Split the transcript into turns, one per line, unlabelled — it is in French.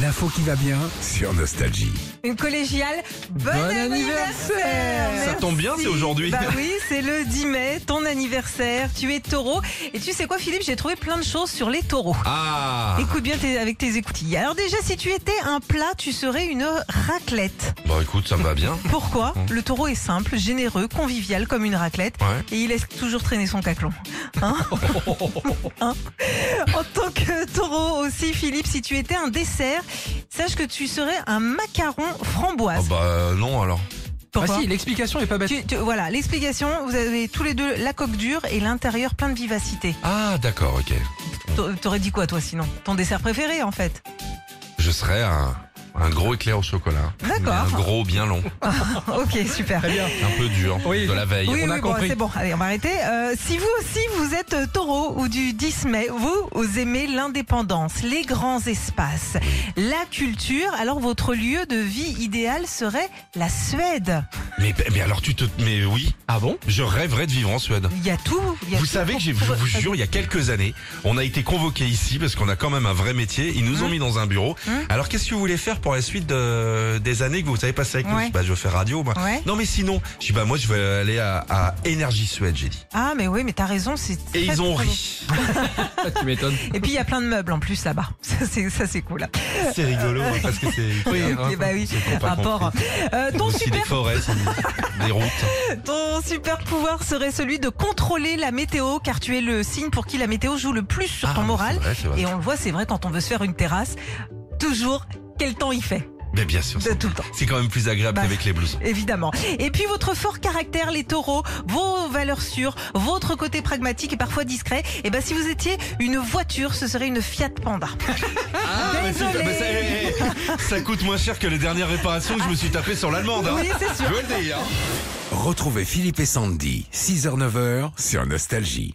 L'info qui va bien sur Nostalgie.
Une collégiale, bon,
Bon
anniversaire,
anniversaire
Merci.
Ça tombe bien, c'est aujourd'hui.
Bah oui, c'est le 10 mai, ton anniversaire, tu es taureau. Et tu sais quoi Philippe, j'ai trouvé plein de choses sur les taureaux.
Ah
Écoute bien tes- avec tes écoutilles. Alors déjà, si tu étais un plat, tu serais une raclette.
Bah écoute, ça me va bien.
Pourquoi
Mmh.
Le taureau est simple, généreux, convivial comme une raclette.
Ouais.
Et il laisse toujours traîner son caclon. Hein Hein en tant que taureau aussi, Philippe, si tu étais un dessert, sache que tu serais un macaron
Ah
framboise.
bah non alors.
Pourquoi
ah si, l'explication est pas bête.
Tu- tu- voilà, l'explication, vous avez tous les deux la coque dure et l'intérieur plein de vivacité.
Ah d'accord, ok.
T'a- T'aurais dit quoi toi sinon Ton dessert préféré en fait
Je serais un, un gros éclair au chocolat. Mais
D'accord,
Un gros bien long.
ok super.
Très bien.
Un peu dur.
Oui.
De la veille.
Oui,
on a
oui, bon,
compris.
c'est bon, allez, on va arrêter. Euh, si vous aussi, vous êtes euh, taureau ou du 10 mai, vous, vous aimez l'indépendance, les grands espaces, la culture, alors votre lieu de vie idéal serait la Suède.
Mais, mais alors tu te. Mais oui,
Ah bon
je rêverais de vivre en Suède.
Il y a tout. il y a
Vous
tout
savez que
pour-
j'ai, je
pour-
vous jure, il y a quelques années, on a été convoqués ici parce qu'on a quand même un vrai métier. Ils nous ont
Mmh.
mis dans un bureau.
Mmh.
Alors qu'est-ce que vous voulez faire pour la suite de- des années que vous avez passées avec
Ouais.
nous Bah je veux faire radio. Moi.
Ouais.
Non mais sinon, je dis bah moi je vais aller à, à Énergie Suède, j'ai dit.
Ah, mais oui, mais t'as raison. c'est très,
Et ils ont
très beau.
ri.
Ah, Tu m'étonnes.
Et puis il y a plein de meubles en plus là-bas. Ça, c'est- Ça, c'est cool.
C'est rigolo hein, parce que c'est.
Oui,
c'est-
hein.
Et bah oui,
c'est qu'on pas
rapport.
compris.
Euh, ton,
aussi des
super,
forêts, sans doute, des routes.
ton super pouvoir serait celui de contrôler la météo, car tu es le signe pour qui la météo joue le plus sur
Ah,
ton
mais
moral.
c'est vrai, c'est vrai.
Et on le voit, c'est vrai, quand on veut se faire une terrasse, toujours quel temps il fait.
Mais bien sûr,
De
c'est-
tout le temps.
c'est quand même plus agréable
Bah.
qu'avec les blousons.
Évidemment. Et puis votre fort caractère, les taureaux, vos valeurs sûres, votre côté pragmatique et parfois discret, et ben si vous étiez une voiture, ce serait une Fiat Panda.
Ah,
Désolé.
Bah, ça, eh, eh, ça coûte moins cher que les dernières réparations que je me suis tapé sur l'allemande. hein.
Oui, c'est sûr.
Je veux le dire. hein.
Retrouvez Philippe et Sandy, 6h-9h sur Nostalgie.